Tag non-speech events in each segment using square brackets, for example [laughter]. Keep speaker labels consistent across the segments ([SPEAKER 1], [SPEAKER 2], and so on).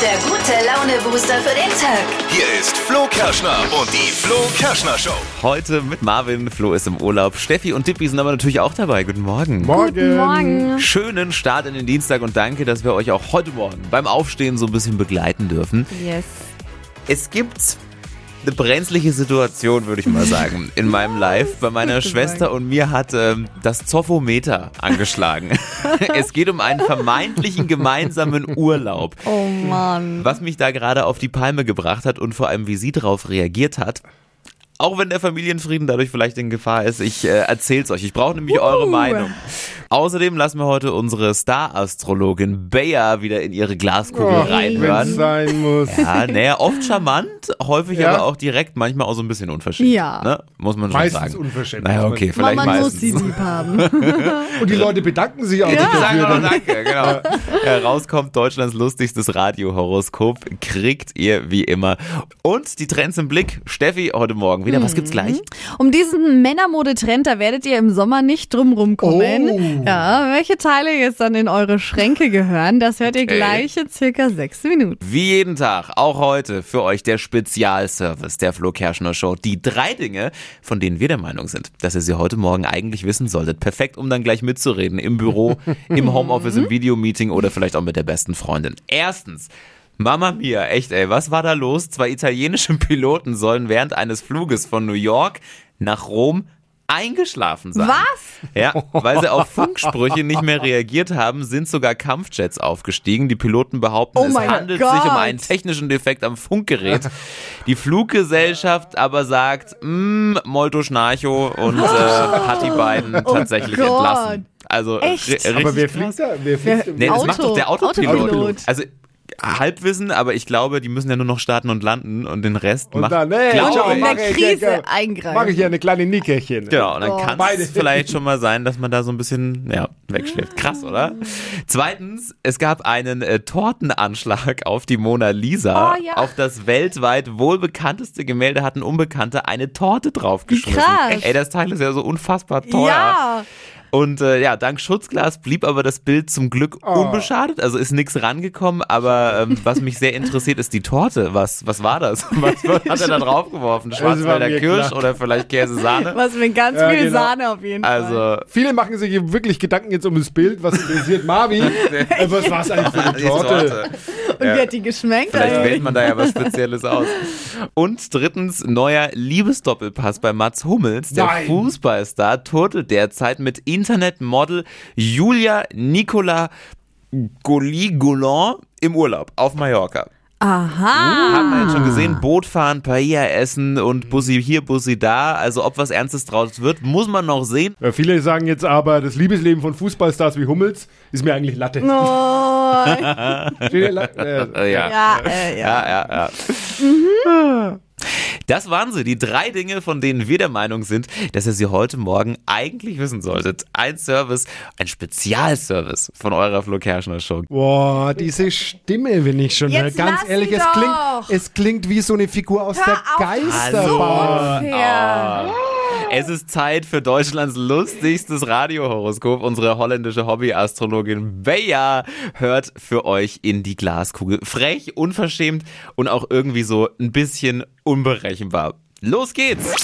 [SPEAKER 1] der gute Laune-Booster für den Tag.
[SPEAKER 2] Hier ist Flo Kerschner und die Flo Kerschner Show.
[SPEAKER 3] Heute mit Marvin, Flo ist im Urlaub, Steffi und Dippi sind aber natürlich auch dabei. Guten Morgen.
[SPEAKER 4] Morgen.
[SPEAKER 5] Morgen.
[SPEAKER 3] Schönen Start in den Dienstag und danke, dass wir euch auch heute Morgen beim Aufstehen so ein bisschen begleiten dürfen.
[SPEAKER 5] Yes.
[SPEAKER 3] Es gibt eine brenzliche Situation, würde ich mal sagen, in meinem Live. Bei meiner Schwester und mir hat ähm, das Zoffometer
[SPEAKER 5] [laughs]
[SPEAKER 3] angeschlagen. es geht um einen vermeintlichen gemeinsamen Urlaub.
[SPEAKER 5] Oh Mann.
[SPEAKER 3] Was mich da gerade auf die Palme gebracht hat und vor allem, wie sie darauf reagiert hat. Auch wenn der Familienfrieden dadurch vielleicht in Gefahr ist, ich äh, erzähl's euch. Ich brauche nämlich eure Meinung. Außerdem lassen wir heute unsere Star-Astrologin Bea wieder in ihre Glaskugel
[SPEAKER 4] Oh, Wenn's
[SPEAKER 3] reinhören.
[SPEAKER 4] sein muss.
[SPEAKER 3] Ja,
[SPEAKER 5] [laughs]
[SPEAKER 3] naja, oft charmant, häufig
[SPEAKER 4] Ja.
[SPEAKER 3] aber auch direkt, manchmal auch so ein bisschen unverschämt.
[SPEAKER 5] Ja.
[SPEAKER 3] Ne? Muss man schon
[SPEAKER 4] Meistens
[SPEAKER 3] sagen.
[SPEAKER 4] unverschämt.
[SPEAKER 3] Naja, okay, vielleicht
[SPEAKER 5] Man muss
[SPEAKER 3] meistens. [laughs]
[SPEAKER 5] sie lieb haben.
[SPEAKER 4] Und die Leute bedanken sich auch
[SPEAKER 3] Die sagen
[SPEAKER 4] dafür.
[SPEAKER 3] nur noch danke, genau. Herauskommt Deutschlands lustigstes Radiohoroskop, kriegt ihr wie immer. Und die Trends im Blick. Steffi, heute Morgen wieder. Was gibt's gleich?
[SPEAKER 5] Um diesen Männermodetrend, da werdet ihr im Sommer nicht drumrum kommen.
[SPEAKER 4] Oh.
[SPEAKER 5] Ja, welche Teile jetzt dann in eure Schränke gehören, das hört ihr
[SPEAKER 3] Okay.
[SPEAKER 5] gleich in circa sechs Minuten.
[SPEAKER 3] Wie jeden Tag, auch heute für euch der Spezialservice der Flo Kerschner Show. Die drei Dinge, von denen wir der Meinung sind, dass ihr sie heute Morgen eigentlich wissen solltet. Perfekt, um dann gleich mitzureden im Büro, im Homeoffice, im Videomeeting oder vielleicht auch mit der besten Freundin. Erstens. Mama mia, echt ey, was war da los? Zwei italienische [laughs] Piloten sollen während eines Fluges von New York nach Rom eingeschlafen sein.
[SPEAKER 5] Was?
[SPEAKER 3] Ja, weil sie auf Funksprüche nicht mehr reagiert haben, sind sogar Kampfjets aufgestiegen. Die Piloten behaupten,
[SPEAKER 5] Oh
[SPEAKER 3] es
[SPEAKER 5] mein
[SPEAKER 3] handelt
[SPEAKER 5] Gott.
[SPEAKER 3] sich um einen technischen Defekt am Funkgerät. Die Fluggesellschaft aber sagt, mm, Molto Schnarcho und äh, hat die beiden tatsächlich
[SPEAKER 5] Oh Gott.
[SPEAKER 3] entlassen. Also
[SPEAKER 5] Echt?
[SPEAKER 3] ri- richtig
[SPEAKER 4] Aber wer
[SPEAKER 3] krass.
[SPEAKER 4] fliegt da? Wer fliegt
[SPEAKER 5] Wer-
[SPEAKER 4] im-
[SPEAKER 3] Nee, das
[SPEAKER 5] Auto.
[SPEAKER 3] macht doch der Autopilot.
[SPEAKER 5] Autopilot.
[SPEAKER 3] Also Halbwissen, aber ich glaube, die müssen ja nur noch starten und landen und den Rest
[SPEAKER 4] Und
[SPEAKER 3] macht.
[SPEAKER 4] dann, nee,
[SPEAKER 3] glaube
[SPEAKER 5] ciao,
[SPEAKER 3] ich.
[SPEAKER 5] mach- der Krise
[SPEAKER 4] Mache
[SPEAKER 5] eingreifen.
[SPEAKER 4] ich ja eine kleine Nickerchen.
[SPEAKER 3] Genau, und dann
[SPEAKER 5] Oh.
[SPEAKER 3] kann
[SPEAKER 4] Beide.
[SPEAKER 3] es vielleicht schon mal sein, dass man da so ein bisschen ja, wegschläft. Krass, oder? Zweitens, es gab einen äh, Tortenanschlag auf die Mona Lisa.
[SPEAKER 5] Oh, ja.
[SPEAKER 3] Auf das weltweit wohlbekannteste Gemälde hatten Unbekannte eine Torte draufgeschmissen.
[SPEAKER 5] Krass.
[SPEAKER 3] Ey, das Teil ist ja so unfassbar teuer.
[SPEAKER 5] Ja.
[SPEAKER 3] Und äh, ja, dank Schutzglas blieb aber das Bild zum Glück
[SPEAKER 4] Oh.
[SPEAKER 3] unbeschadet. Also ist nichts rangekommen. Aber ähm, was mich sehr interessiert, ist die Torte. Was, was war das? [laughs] Was hat er da draufgeworfen?
[SPEAKER 4] war
[SPEAKER 3] Schwarzwälder
[SPEAKER 4] mir
[SPEAKER 3] Kirsch
[SPEAKER 4] klar.
[SPEAKER 3] oder vielleicht Käse-Sahne?
[SPEAKER 5] Was mit ganz
[SPEAKER 4] Ja,
[SPEAKER 5] viel
[SPEAKER 4] genau.
[SPEAKER 5] Sahne auf jeden Fall.
[SPEAKER 3] [laughs] Also,
[SPEAKER 4] Viele machen sich eben wirklich Gedanken jetzt um das Bild, was interessiert Marvin. Äh, was war es eigentlich für eine
[SPEAKER 3] die Torte.
[SPEAKER 4] Torte?
[SPEAKER 5] Und wie hat die geschmeckt?
[SPEAKER 3] Vielleicht
[SPEAKER 5] Also,
[SPEAKER 3] wählt man da ja was Spezielles aus. Und drittens, neuer Liebesdoppelpass bei Mats Hummels. Der
[SPEAKER 4] Nein.
[SPEAKER 3] Fußballstar turtelt derzeit mit Internetmodel Julia Nicola Goligolon im Urlaub auf Mallorca. Haben wir
[SPEAKER 5] aha.
[SPEAKER 3] jetzt schon gesehen, Boot fahren, Paella essen und Bussi hier, Bussi da. Also ob was Ernstes draus wird, muss man noch sehen.
[SPEAKER 4] Ja, Äh, viele sagen jetzt aber, das Liebesleben von Fußballstars wie Hummels ist mir eigentlich Latte.
[SPEAKER 5] Oh,
[SPEAKER 4] Steht ja La- äh,
[SPEAKER 3] Äh,
[SPEAKER 5] ja, äh,
[SPEAKER 3] Ja,
[SPEAKER 5] ja.
[SPEAKER 3] ja, ja. Das waren sie, die drei Dinge, von denen wir der Meinung sind, dass ihr sie heute Morgen eigentlich wissen solltet. Ein Service, ein Spezialservice von eurer Flo Kerschner Show.
[SPEAKER 4] Boah, diese Stimme, wenn ich schon höre.
[SPEAKER 5] Jetzt
[SPEAKER 4] Ganz
[SPEAKER 5] lass
[SPEAKER 4] ehrlich,
[SPEAKER 5] ihn
[SPEAKER 4] es
[SPEAKER 5] doch.
[SPEAKER 4] klingt, es klingt wie so eine Figur aus der
[SPEAKER 5] auf,
[SPEAKER 4] Geisterbahn.
[SPEAKER 5] Fair.
[SPEAKER 3] Es ist Zeit für Deutschlands lustigstes Radiohoroskop. Unsere holländische Hobbyastrologin Bea hört für euch in die Glaskugel. Frech, unverschämt und auch irgendwie so ein bisschen unberechenbar. Los geht's!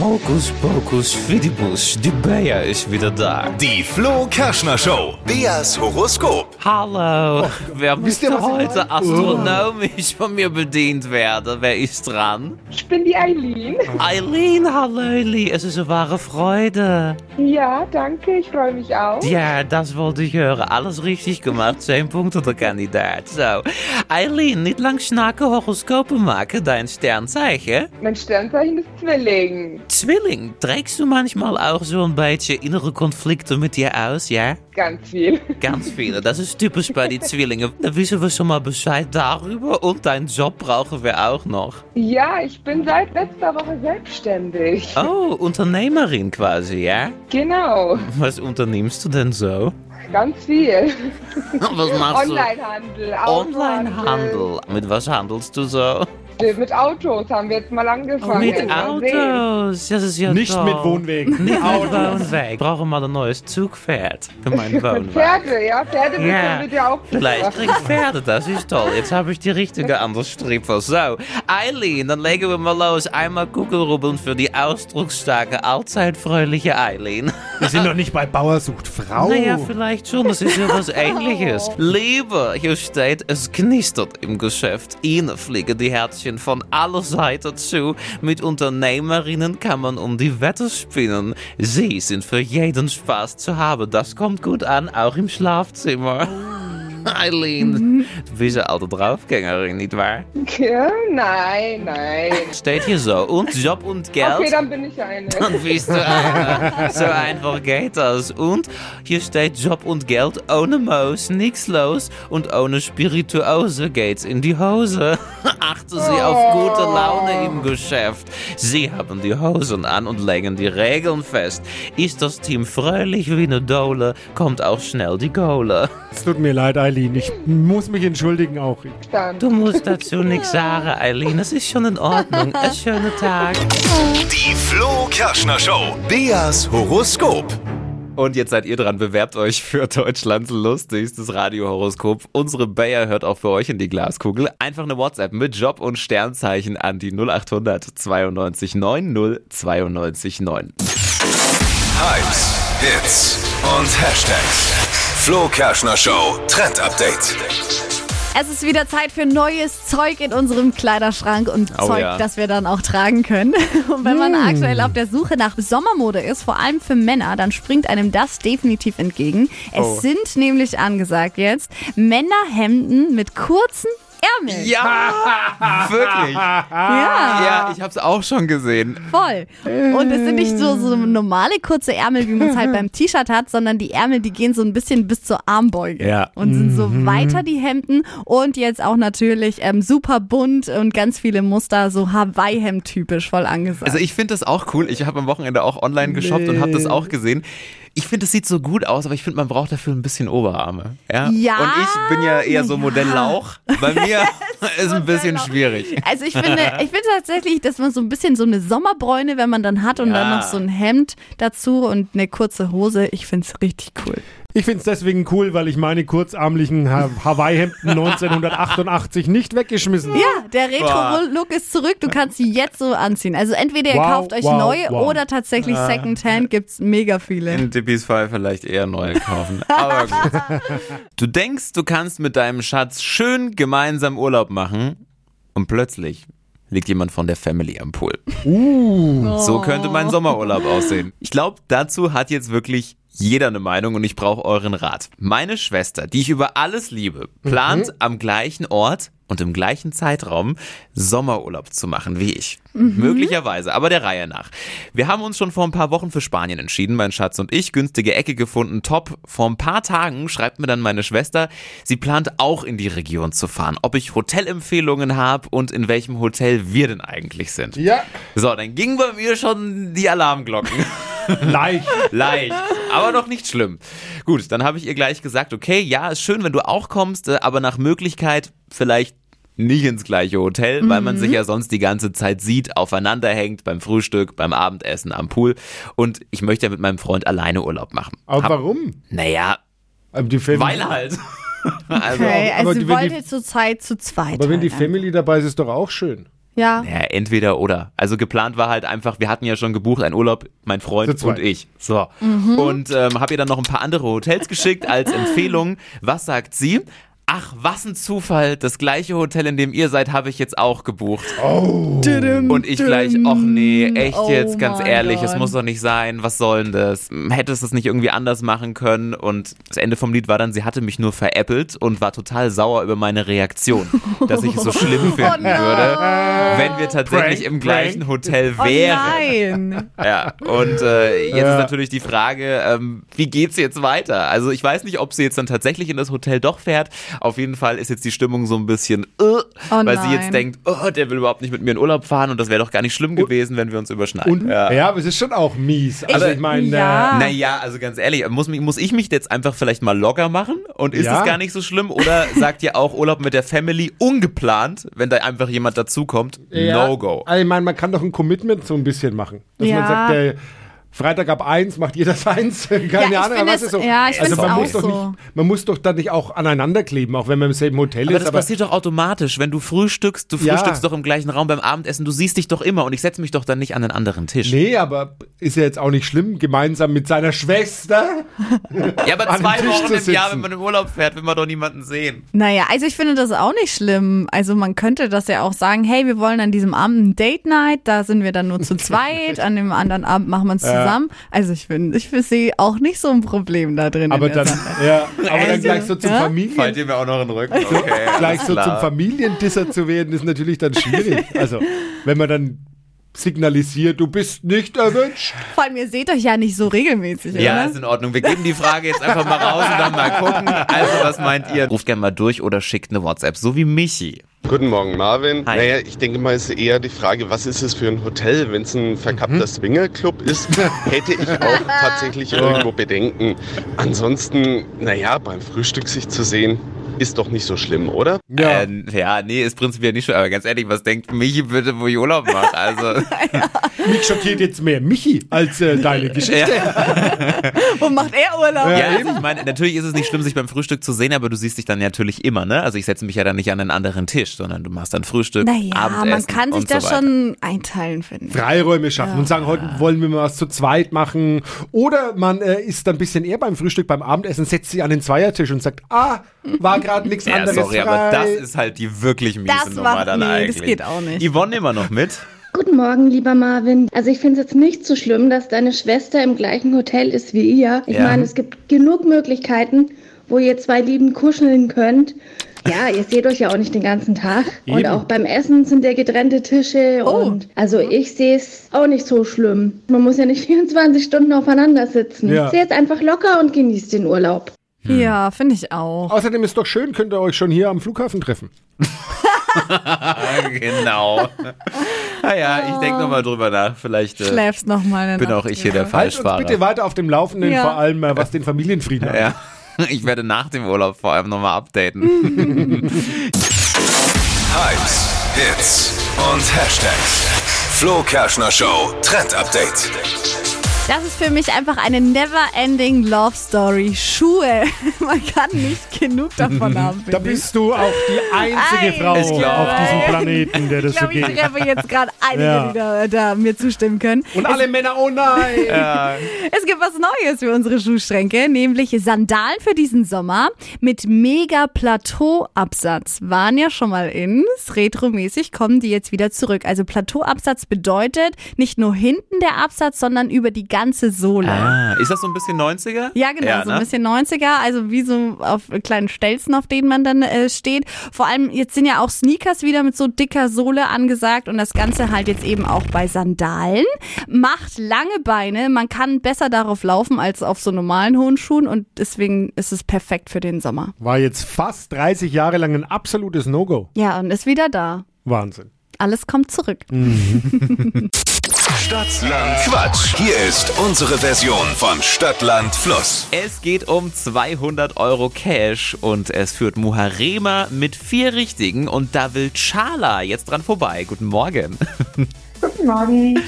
[SPEAKER 3] Hokus pokus fidibus, die Bea ist wieder da.
[SPEAKER 2] Die Flo Kerschner Show. Beas Horoskop.
[SPEAKER 3] Hallo, wer
[SPEAKER 4] Wisst
[SPEAKER 3] müsste
[SPEAKER 4] ihr, was ich
[SPEAKER 3] heute
[SPEAKER 4] meine?
[SPEAKER 3] astronomisch von mir bedient werden? Wer ist dran?
[SPEAKER 6] Ich bin die Eileen.
[SPEAKER 3] Eileen, hallöli, es ist eine wahre Freude.
[SPEAKER 6] Ja, danke, ich freue mich auch.
[SPEAKER 3] Ja, das wollte ich hören. Alles richtig gemacht. Zehn Punkte, der Kandidat. So. Eileen, nicht lang schnacken, Horoskopen maken, dein Sternzeichen.
[SPEAKER 6] Mein Sternzeichen ist Zwilling.
[SPEAKER 3] Zwilling, trägst du manchmal auch so ein bisschen innere Konflikte mit dir aus, ja?
[SPEAKER 6] Ganz viel.
[SPEAKER 3] Ganz viele. Das ist typisch bei den Zwillingen. Da wissen wir schon mal Bescheid darüber und deinen Job brauchen wir auch noch.
[SPEAKER 6] Ja, ich bin seit letzter Woche selbstständig.
[SPEAKER 3] Oh, Unternehmerin quasi, ja?
[SPEAKER 6] Genau,
[SPEAKER 3] Was unternimmst du denn so?
[SPEAKER 6] ganz viel.
[SPEAKER 3] Was machst du?
[SPEAKER 6] Onlinehandel. Autohandel.
[SPEAKER 3] Onlinehandel. Mit was handelst du so?
[SPEAKER 6] Äh, Mit Autos haben wir jetzt mal angefangen.
[SPEAKER 7] Mit
[SPEAKER 6] Mal sehen.
[SPEAKER 7] Autos, das ist ja
[SPEAKER 4] Nicht
[SPEAKER 7] toll.
[SPEAKER 4] mit Wohnwegen.
[SPEAKER 7] Nicht mit Wohnweg. Brauchen wir ein neues Zugpferd für meinen Wohnwagen.
[SPEAKER 6] Pferde, ja, Pferde
[SPEAKER 7] Ja.
[SPEAKER 6] wird ja auch
[SPEAKER 7] Vielleicht krieg ich Pferde, das ist toll. Jetzt habe ich die richtige Anderstripper. So, Eileen, dann legen wir mal los. Einmal Kugelrubbeln für die ausdrucksstarke, allzeit fröhliche Eileen.
[SPEAKER 4] Wir sind doch nicht bei Bauer sucht Frau.
[SPEAKER 6] Oh.
[SPEAKER 7] Naja, Nou vielleicht schon, das ist ja
[SPEAKER 6] [laughs]
[SPEAKER 7] was Ähnliches. Lieber, hier steht, es knistert im Geschäft. Ihnen fliegen die Herzchen von aller Seite zu. Mit Unternehmerinnen kann man um die Wette spinnen. Sie sind für jeden Spaß zu haben. Das kommt gut an, auch im Schlafzimmer.
[SPEAKER 6] Oh.
[SPEAKER 7] [laughs]
[SPEAKER 6] [laughs]
[SPEAKER 7] Eileen, du bist ja alte Draufgängerin, nicht wahr?
[SPEAKER 6] Ja, nein, nein.
[SPEAKER 7] Steht hier so. Und Job und Geld.
[SPEAKER 6] Okay, dann bin ich eine.
[SPEAKER 7] Dann bist du einer. So einfach geht das. Und hier steht Job und Geld ohne Maus, nix los und ohne Spirituose geht's in die Hose. [laughs] Achten Sie auf gute Laune im Geschäft. Sie haben die Hosen an und legen die Regeln fest. Ist das Team fröhlich wie eine Dole, kommt auch schnell die Gole.
[SPEAKER 4] Es tut mir leid, Eileen. Ich muss mich entschuldigen auch.
[SPEAKER 6] Dann.
[SPEAKER 7] Du musst dazu nichts sagen, Eileen. Es ist schon in Ordnung. Einen schönen Tag.
[SPEAKER 2] Die Flo Kerschner Show. Beas Horoskop.
[SPEAKER 3] Und jetzt seid ihr dran, bewerbt euch für Deutschlands lustigstes Radiohoroskop. Unsere Bayer hört auch für euch in die Glaskugel. Einfach eine WhatsApp mit Job und Sternzeichen an die 0800 92 90 92 9.
[SPEAKER 2] Hypes, Hits und Hashtags. Flo Kerschner Show Trend Update.
[SPEAKER 5] Es ist wieder Zeit für neues Zeug in unserem Kleiderschrank und
[SPEAKER 3] Oh
[SPEAKER 5] Zeug,
[SPEAKER 3] ja. Mm.
[SPEAKER 5] das wir dann auch tragen können. [laughs] Und wenn man aktuell auf der Suche nach Sommermode ist, vor allem für Männer, dann springt einem das definitiv entgegen. Es
[SPEAKER 3] Oh.
[SPEAKER 5] sind nämlich angesagt jetzt Männerhemden mit kurzen Ärmeln.
[SPEAKER 3] Ja,
[SPEAKER 5] [laughs]
[SPEAKER 3] wirklich.
[SPEAKER 5] Ja.
[SPEAKER 3] Ja, ich hab's auch schon gesehen.
[SPEAKER 5] Voll. Und es sind nicht so, so normale kurze Ärmel, wie man
[SPEAKER 3] [laughs]
[SPEAKER 5] es halt beim T-Shirt hat, sondern die Ärmel, die gehen so ein bisschen bis zur Armbeuge.
[SPEAKER 3] Ja. Mhm.
[SPEAKER 5] Und sind so weiter die Hemden und jetzt auch natürlich ähm, super bunt und ganz viele Muster, so Hawaii-Hemd-typisch, voll angesagt.
[SPEAKER 3] Also ich finde das auch cool. Ich habe am Wochenende auch online geshoppt und habe das auch gesehen. Ich finde, es sieht so gut aus, aber ich finde, man braucht dafür ein bisschen Oberarme. Ja.
[SPEAKER 5] Ja,
[SPEAKER 3] Und ich bin ja eher so
[SPEAKER 5] na ja.
[SPEAKER 3] Modelllauch.
[SPEAKER 5] [laughs]
[SPEAKER 3] Bei mir [laughs] ist ein bisschen
[SPEAKER 5] Modelllauch.
[SPEAKER 3] schwierig.
[SPEAKER 5] Also ich
[SPEAKER 3] [laughs]
[SPEAKER 5] finde, ich finde tatsächlich, dass man so ein bisschen so eine Sommerbräune, wenn man dann hat und
[SPEAKER 3] Ja.
[SPEAKER 5] dann noch so ein Hemd dazu und eine kurze Hose, ich finde es richtig cool.
[SPEAKER 4] Ich find's deswegen cool, weil ich meine kurzarmlichen ha
[SPEAKER 5] [laughs]
[SPEAKER 4] Hawaii-Hemden 1988 nicht weggeschmissen habe. [laughs]
[SPEAKER 5] Ja, der Retro-Look ist zurück. Du kannst sie jetzt so anziehen. Also entweder ihr
[SPEAKER 4] Wow,
[SPEAKER 5] kauft euch
[SPEAKER 4] wow,
[SPEAKER 5] neue
[SPEAKER 4] wow. Äh,
[SPEAKER 5] oder tatsächlich Secondhand gibt's mega viele.
[SPEAKER 3] In Dippys Fall vielleicht eher neu kaufen. Aber gut. Du denkst, du kannst mit deinem Schatz schön gemeinsam Urlaub machen und plötzlich liegt jemand von der Family am Pool. So könnte mein Sommerurlaub aussehen. Ich glaube, dazu hat jetzt wirklich jeder eine Meinung und ich brauche euren Rat. Meine Schwester, die ich über alles liebe, plant am gleichen Ort und im gleichen Zeitraum Sommerurlaub zu machen wie ich. Möglicherweise, aber der Reihe nach. Wir haben uns schon vor ein paar Wochen für Spanien entschieden, mein Schatz und ich, günstige Ecke gefunden, top. Vor ein paar Tagen schreibt mir dann meine Schwester, sie plant auch in die Region zu fahren, ob ich Hotelempfehlungen habe und in welchem Hotel wir denn eigentlich sind.
[SPEAKER 4] Ja,
[SPEAKER 3] So, dann ging bei mir schon die
[SPEAKER 4] [laughs]
[SPEAKER 3] Alarmglocken.
[SPEAKER 4] leicht.
[SPEAKER 3] Leicht, aber noch nicht schlimm. Gut, dann habe ich ihr gleich gesagt, okay, ja, ist schön, wenn du auch kommst, äh, aber nach Möglichkeit vielleicht nicht ins gleiche Hotel, weil man
[SPEAKER 4] Mhm.
[SPEAKER 3] sich ja sonst die ganze Zeit sieht, aufeinander hängt, beim Frühstück, beim Abendessen, am Pool. Und ich möchte ja mit meinem Freund alleine Urlaub machen.
[SPEAKER 4] Aber
[SPEAKER 3] Hab-
[SPEAKER 4] warum?
[SPEAKER 3] Naja,
[SPEAKER 4] Aber, die Family-
[SPEAKER 3] weil
[SPEAKER 4] [laughs]
[SPEAKER 3] halt. [laughs] Also,
[SPEAKER 5] Okay,
[SPEAKER 4] aber
[SPEAKER 5] also
[SPEAKER 4] die-
[SPEAKER 5] sie
[SPEAKER 4] wenn die-
[SPEAKER 5] wollte zurzeit zu zweit.
[SPEAKER 4] aber wenn die
[SPEAKER 5] halt,
[SPEAKER 4] Family dabei ist, ist doch auch schön.
[SPEAKER 5] ja.
[SPEAKER 3] Ja, entweder oder. Also geplant war halt einfach, wir hatten ja schon gebucht, einen Urlaub, mein
[SPEAKER 4] Zu
[SPEAKER 3] Freund
[SPEAKER 4] zweit.
[SPEAKER 3] und ich. So.
[SPEAKER 5] Mhm.
[SPEAKER 3] Und ähm, habe ihr dann noch ein paar andere Hotels geschickt als Empfehlungen. Was sagt sie? Ach, was ein Zufall. Das gleiche Hotel, in dem ihr seid, habe ich jetzt auch gebucht.
[SPEAKER 4] Oh.
[SPEAKER 3] Und ich gleich, ach nee, echt
[SPEAKER 5] Oh
[SPEAKER 3] jetzt, ganz
[SPEAKER 5] mein
[SPEAKER 3] ehrlich, es
[SPEAKER 5] Gott.
[SPEAKER 3] muss doch nicht sein, was soll denn das? Hm, Hättest du es nicht irgendwie anders machen können? Und das Ende vom Lied war dann, sie hatte mich nur veräppelt und war total sauer über meine Reaktion, dass ich es so
[SPEAKER 5] [laughs]
[SPEAKER 3] schlimm finden
[SPEAKER 5] Oh nein.
[SPEAKER 3] würde, wenn wir tatsächlich
[SPEAKER 4] Prank,
[SPEAKER 3] im
[SPEAKER 4] Prank.
[SPEAKER 3] gleichen Hotel
[SPEAKER 5] Oh
[SPEAKER 3] wären.
[SPEAKER 5] nein.
[SPEAKER 3] ja, und äh, jetzt
[SPEAKER 4] Ja.
[SPEAKER 3] ist natürlich die Frage, ähm, wie geht's jetzt weiter? Also ich weiß nicht, ob sie jetzt dann tatsächlich in das Hotel doch fährt, Auf jeden Fall ist jetzt die Stimmung so ein bisschen, äh, weil sie jetzt
[SPEAKER 5] Oh nein.
[SPEAKER 3] denkt, oh, der will überhaupt nicht mit mir in Urlaub fahren und das wäre doch gar nicht schlimm gewesen, wenn wir uns überschneiden.
[SPEAKER 4] Und, ja. aber es ist schon auch mies. Also ich, meine,
[SPEAKER 5] ja.
[SPEAKER 4] äh,
[SPEAKER 3] Naja, also ganz ehrlich, muss, mich- muss ich mich jetzt einfach vielleicht mal locker machen und ist
[SPEAKER 4] Ja.
[SPEAKER 3] es gar nicht so schlimm? Oder sagt ihr auch Urlaub mit der Family ungeplant, wenn da einfach jemand dazukommt?
[SPEAKER 4] ja,
[SPEAKER 3] No-Go.
[SPEAKER 4] Also ich meine, man kann doch ein Commitment so ein bisschen machen. Dass man
[SPEAKER 5] Ja.
[SPEAKER 4] sagt, der Freitag ab eins [laughs] macht jeder seins. Keine
[SPEAKER 5] Ja, ich
[SPEAKER 4] Ahnung,
[SPEAKER 5] find
[SPEAKER 4] was
[SPEAKER 5] es-
[SPEAKER 4] ist so.
[SPEAKER 5] ja, ich
[SPEAKER 4] also
[SPEAKER 5] find's
[SPEAKER 4] man
[SPEAKER 5] auch
[SPEAKER 4] muss doch
[SPEAKER 5] so.
[SPEAKER 4] nicht, man muss doch dann nicht auch aneinander kleben, auch wenn man im selben Hotel
[SPEAKER 3] Aber
[SPEAKER 4] ist.
[SPEAKER 3] das passiert doch automatisch, wenn du frühstückst, du
[SPEAKER 4] Ja.
[SPEAKER 3] frühstückst doch im gleichen Raum beim Abendessen, du siehst dich doch immer und ich setze mich doch dann nicht an einen anderen Tisch.
[SPEAKER 4] Nee, aber ist ja jetzt auch nicht schlimm, gemeinsam mit seiner
[SPEAKER 5] [laughs]
[SPEAKER 4] Schwester.
[SPEAKER 3] Ja, aber
[SPEAKER 4] An
[SPEAKER 3] zwei
[SPEAKER 4] den Tisch
[SPEAKER 3] Wochen
[SPEAKER 4] zu
[SPEAKER 3] im Jahr,
[SPEAKER 4] sitzen.
[SPEAKER 3] wenn man im Urlaub fährt, will man doch niemanden sehen.
[SPEAKER 5] [laughs] Naja, also ich finde das auch nicht schlimm. Also man könnte das ja auch sagen, hey, wir wollen an diesem Abend ein Date Night, da sind wir dann nur zu zweit, an dem anderen Abend machen
[SPEAKER 4] [laughs]
[SPEAKER 5] wir es zusammen. Also ich finde, ich sehe auch nicht so ein Problem da drin.
[SPEAKER 4] Aber
[SPEAKER 5] in der
[SPEAKER 4] dann, [laughs]
[SPEAKER 5] Sache.
[SPEAKER 4] ja, aber dann gleich so zum
[SPEAKER 5] Also, ja?
[SPEAKER 4] Familien.
[SPEAKER 3] dir mir auch noch in den Rücken?
[SPEAKER 4] [laughs]
[SPEAKER 3] Okay,
[SPEAKER 4] gleich
[SPEAKER 3] alles
[SPEAKER 4] so zum
[SPEAKER 3] klar.
[SPEAKER 4] Familiendisser zu werden, ist natürlich dann schwierig. Also, wenn man dann signalisiert, du bist nicht erwünscht.
[SPEAKER 5] Vor allem, ihr seht euch ja nicht so regelmäßig,
[SPEAKER 3] Ja,
[SPEAKER 5] oder?
[SPEAKER 3] ist in Ordnung. Wir geben die Frage jetzt einfach mal raus und dann mal gucken. Also, was meint ihr? Ruft gerne mal durch oder schickt eine WhatsApp, so wie Michi.
[SPEAKER 8] Guten Morgen, Marvin.
[SPEAKER 3] Hi.
[SPEAKER 8] Naja, ich denke mal, ist eher die Frage, was ist es für ein Hotel? Wenn es ein verkappter Swingerclub ist, hätte ich auch tatsächlich irgendwo Bedenken. Ansonsten, naja, beim Frühstück sich zu sehen, ist doch nicht so schlimm, oder?
[SPEAKER 4] Ja.
[SPEAKER 3] Ähm, ja, nee, ist prinzipiell nicht so. Aber ganz ehrlich, was denkt Michi bitte, wo ich Urlaub mache?
[SPEAKER 4] [laughs]
[SPEAKER 3] Also,
[SPEAKER 4] Mich schockiert jetzt mehr Michi als
[SPEAKER 3] [laughs]
[SPEAKER 4] äh, deine Geschichte.
[SPEAKER 5] Wo macht er Urlaub?
[SPEAKER 3] ja, also ich meine, natürlich ist es nicht schlimm, sich beim Frühstück zu sehen, aber du siehst dich dann natürlich immer, ne? Also, ich setze mich ja dann nicht an einen anderen Tisch, sondern du machst dann Frühstück,
[SPEAKER 5] Naja,
[SPEAKER 3] Abendessen
[SPEAKER 5] man kann sich
[SPEAKER 3] und
[SPEAKER 5] da
[SPEAKER 3] so weiter.
[SPEAKER 5] schon einteilen, finde ich.
[SPEAKER 4] Freiräume schaffen und sagen, heute wollen wir mal was zu zweit machen. Oder man äh, ist dann ein bisschen eher beim Frühstück, beim Abendessen, setzt sich an den Zweiertisch und sagt, ah, war gerade
[SPEAKER 3] [laughs]
[SPEAKER 4] nichts
[SPEAKER 3] Ja,
[SPEAKER 4] anderes
[SPEAKER 3] sorry,
[SPEAKER 4] frei.
[SPEAKER 3] aber das ist halt die wirklich miese
[SPEAKER 5] Das
[SPEAKER 3] Nummer
[SPEAKER 5] macht-
[SPEAKER 3] dann
[SPEAKER 5] nee, das
[SPEAKER 3] eigentlich.
[SPEAKER 5] geht auch nicht.
[SPEAKER 3] Yvonne immer noch
[SPEAKER 4] [laughs]
[SPEAKER 3] mit.
[SPEAKER 9] Guten Morgen, lieber Marvin. Also ich finde es jetzt nicht so schlimm, dass deine Schwester im gleichen Hotel ist wie ihr. Ich
[SPEAKER 3] Ja.
[SPEAKER 9] meine, es gibt genug Möglichkeiten, wo ihr zwei Lieben kuscheln könnt. Ja, ihr seht euch ja auch nicht den ganzen Tag. Und auch beim Essen sind ja getrennte Tische.
[SPEAKER 5] Oh.
[SPEAKER 9] Und also ich sehe es auch nicht so schlimm. Man muss ja nicht [laughs] 24 Stunden aufeinander sitzen.
[SPEAKER 4] Ja.
[SPEAKER 9] Seht einfach locker und genießt den Urlaub.
[SPEAKER 5] Ja, finde ich auch.
[SPEAKER 4] Außerdem ist doch schön, könnt ihr euch schon hier am Flughafen treffen.
[SPEAKER 3] Ah, genau. Naja, ich denke nochmal drüber nach. Vielleicht äh,
[SPEAKER 5] Schläfst noch mal eine
[SPEAKER 3] bin
[SPEAKER 5] Nacht
[SPEAKER 3] auch ich hier der
[SPEAKER 5] drüber.
[SPEAKER 4] Halt uns
[SPEAKER 3] Falschfahrer.
[SPEAKER 4] bitte weiter auf dem Laufenden,
[SPEAKER 5] Ja.
[SPEAKER 4] vor allem äh, was den Familienfrieden angeht.
[SPEAKER 3] Ja. [laughs] Ich werde nach dem Urlaub vor allem nochmal updaten.
[SPEAKER 5] Mhm.
[SPEAKER 2] Hypes, Hits und Hashtags. Flo Kerschner Show Trend Update.
[SPEAKER 5] Das ist für mich einfach eine never-ending Love Story. Schuhe. [laughs] Man kann nicht genug
[SPEAKER 3] [laughs]
[SPEAKER 5] davon haben.
[SPEAKER 4] Da
[SPEAKER 5] finde ich.
[SPEAKER 4] bist du auch die einzige
[SPEAKER 5] Ei,
[SPEAKER 4] Frau
[SPEAKER 5] ich
[SPEAKER 3] glaub-
[SPEAKER 4] auf diesem Planeten, der das
[SPEAKER 5] Ich
[SPEAKER 4] so
[SPEAKER 5] glaube, ich
[SPEAKER 4] geht.
[SPEAKER 5] treffe jetzt gerade einige,
[SPEAKER 4] Ja.
[SPEAKER 5] die da, da mir zustimmen können.
[SPEAKER 4] Und alle Männer, oh nein!
[SPEAKER 5] Es gibt was Neues für unsere Schuhschränke, nämlich Sandalen für diesen Sommer mit mega Plateauabsatz. Waren ja schon mal ins. Retromäßig kommen die jetzt wieder zurück. Also Plateauabsatz bedeutet nicht nur hinten der Absatz, sondern über die ganze Sohle.
[SPEAKER 3] Ah, ist das so ein bisschen 90er?
[SPEAKER 5] Ja, genau, so ein
[SPEAKER 3] ne?
[SPEAKER 5] bisschen 90er, also wie so auf kleinen Stelzen, auf denen man dann äh, steht. Vor allem, jetzt sind ja auch Sneakers wieder mit so dicker Sohle angesagt und das Ganze halt jetzt eben auch bei Sandalen. Macht lange Beine, man kann besser darauf laufen als auf so normalen hohen Schuhen und deswegen ist es perfekt für den Sommer.
[SPEAKER 4] War jetzt fast 30 Jahre lang ein absolutes No-Go.
[SPEAKER 5] Ja, und ist wieder da.
[SPEAKER 4] Wahnsinn.
[SPEAKER 5] Alles kommt zurück.
[SPEAKER 2] Stadtland Quatsch. Hier ist unsere Version von Stadtland Fluss.
[SPEAKER 3] Es geht um 200 Euro Cash und es führt Muharema mit vier Richtigen und da will Chala jetzt dran vorbei. Guten Morgen. [laughs]
[SPEAKER 10] Morgen.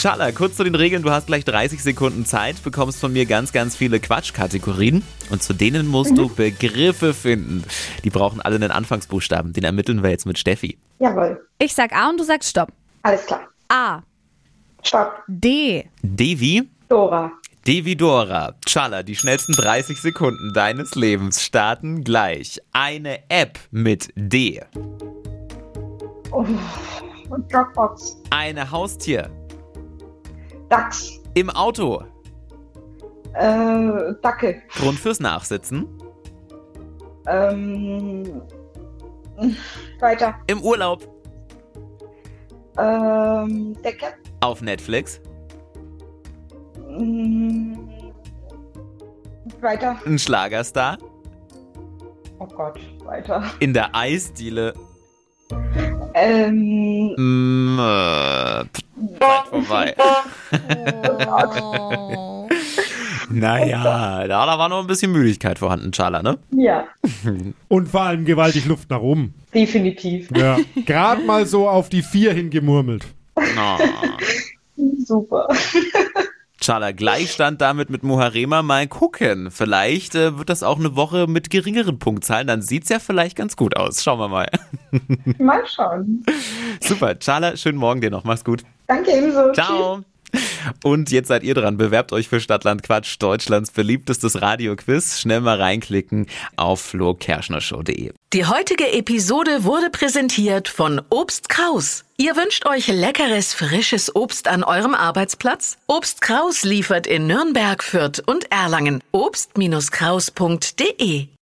[SPEAKER 3] Chala, kurz zu den Regeln. Du hast gleich 30 Sekunden Zeit, bekommst von mir ganz, ganz viele Quatschkategorien und zu denen musst du Begriffe finden. Die brauchen alle einen Anfangsbuchstaben. Den ermitteln wir jetzt mit Steffi.
[SPEAKER 10] Jawohl.
[SPEAKER 5] Ich sag A und du sagst Stopp.
[SPEAKER 10] Alles klar.
[SPEAKER 5] A,
[SPEAKER 10] Stopp.
[SPEAKER 5] D,
[SPEAKER 3] Devi,
[SPEAKER 10] Dora.
[SPEAKER 3] Devidora, Chala, die schnellsten 30 Sekunden deines Lebens starten gleich. Eine App mit D.
[SPEAKER 10] Dropbox.
[SPEAKER 3] Eine Haustier.
[SPEAKER 10] Dachs.
[SPEAKER 3] Im Auto.
[SPEAKER 10] Äh, Dackel.
[SPEAKER 3] Grund fürs Nachsitzen.
[SPEAKER 10] Ähm, weiter.
[SPEAKER 3] Im Urlaub.
[SPEAKER 10] Ähm, Decke.
[SPEAKER 3] Auf Netflix.
[SPEAKER 10] Mm, weiter.
[SPEAKER 3] Ein Schlagerstar.
[SPEAKER 6] Oh Gott, weiter.
[SPEAKER 3] In der Eisdiele.
[SPEAKER 6] Ähm,
[SPEAKER 3] Mm, äh, pff, weit vorbei.
[SPEAKER 11] Oh.
[SPEAKER 3] Naja, da, da war noch ein bisschen Müdigkeit vorhanden, Charla, ne?
[SPEAKER 6] ja,
[SPEAKER 4] Und vor allem gewaltig Luft nach oben.
[SPEAKER 6] definitiv.
[SPEAKER 4] Ja. Gerade mal so auf die vier hingemurmelt.
[SPEAKER 3] Na.
[SPEAKER 6] Super. [laughs]
[SPEAKER 3] Charla, Gleichstand damit mit Muharema mal gucken. Vielleicht äh, wird das auch eine Woche mit geringeren Punktzahlen, dann sieht's ja vielleicht ganz gut aus. Schauen wir mal. [laughs]
[SPEAKER 6] Mal schauen.
[SPEAKER 3] Super, Charla, schönen Morgen dir noch. Mach's gut.
[SPEAKER 6] Danke ebenso.
[SPEAKER 3] Ciao. Und jetzt seid ihr dran. Bewerbt euch für Stadtland Quatsch, Deutschlands beliebtestes Radioquiz. Schnell mal reinklicken auf flokerschnershow.de.
[SPEAKER 9] Die heutige Episode wurde präsentiert von Obst Kraus. Ihr wünscht euch leckeres, frisches Obst an eurem Arbeitsplatz? Obst Kraus liefert in Nürnberg, Fürth und Erlangen. Obst-Kraus.de